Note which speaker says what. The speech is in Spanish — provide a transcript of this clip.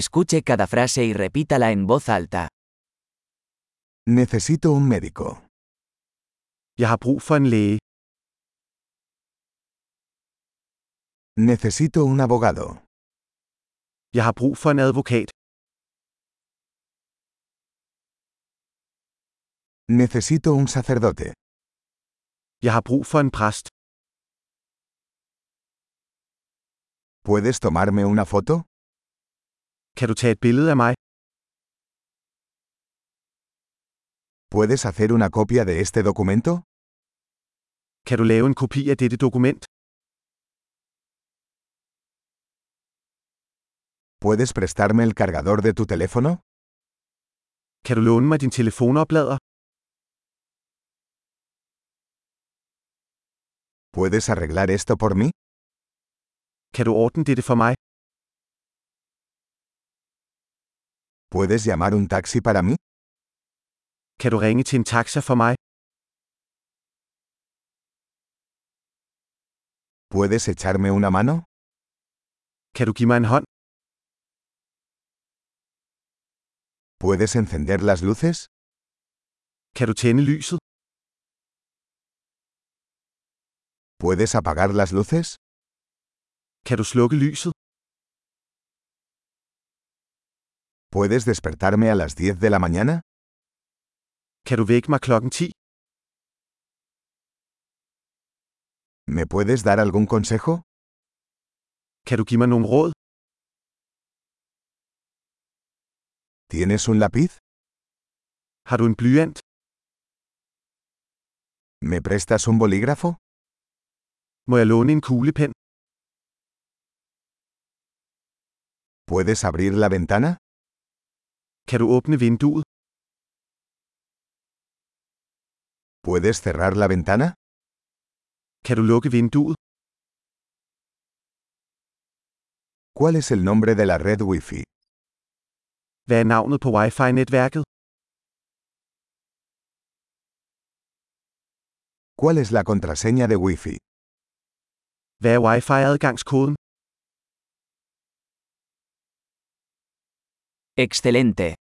Speaker 1: Escuche cada frase y repítala en voz alta.
Speaker 2: Necesito un médico.
Speaker 3: Jeg har brug for en læge.
Speaker 2: Necesito un abogado.
Speaker 3: Jeg har brug for en advokat.
Speaker 2: Necesito un sacerdote.
Speaker 3: Jeg har brug for en præst.
Speaker 2: ¿Puedes tomarme una foto?
Speaker 3: Kan du tage et billede af mig?
Speaker 2: ¿Puedes hacer una copia de este documento?
Speaker 3: Kan du lave en kopi af dette dokument?
Speaker 2: ¿Puedes prestarme el cargador de tu teléfono?
Speaker 3: Kan du låne mig din telefonoplader?
Speaker 2: ¿Puedes arreglar esto por mí?
Speaker 3: Kan du ordne dette for mig?
Speaker 2: ¿Puedes llamar un taxi para mí?
Speaker 3: Kan du ringe til en taxa for mig?
Speaker 2: ¿Puedes echarme una mano?
Speaker 3: Kan du give mig en hånd?
Speaker 2: ¿Puedes encender las luces?
Speaker 3: Kan du tænde lyset?
Speaker 2: ¿Puedes apagar las luces?
Speaker 3: Kan du slukke lyset?
Speaker 2: ¿Puedes despertarme a las 10 de la mañana?
Speaker 3: Kan du vække mig klokken 10?
Speaker 2: ¿Me puedes dar algún consejo?
Speaker 3: Kan du give mig nogle råd?
Speaker 2: ¿Tienes un lápiz?
Speaker 3: Har du en blyant?
Speaker 2: ¿Me prestas un bolígrafo?
Speaker 3: Må jeg låne en kuglepen?
Speaker 2: ¿Puedes abrir la ventana?
Speaker 3: Kan du åbne vinduet?
Speaker 2: ¿Puedes cerrar la ventana?
Speaker 3: Kan du lukke vinduet?
Speaker 2: ¿Cuál es el nombre de la red Wi-Fi?
Speaker 3: Hvad er navnet på wifi-netværket?
Speaker 2: ¿Cuál es la contraseña de Wi-Fi?
Speaker 3: Hvad er wifi-adgangskoden?
Speaker 1: Excelente.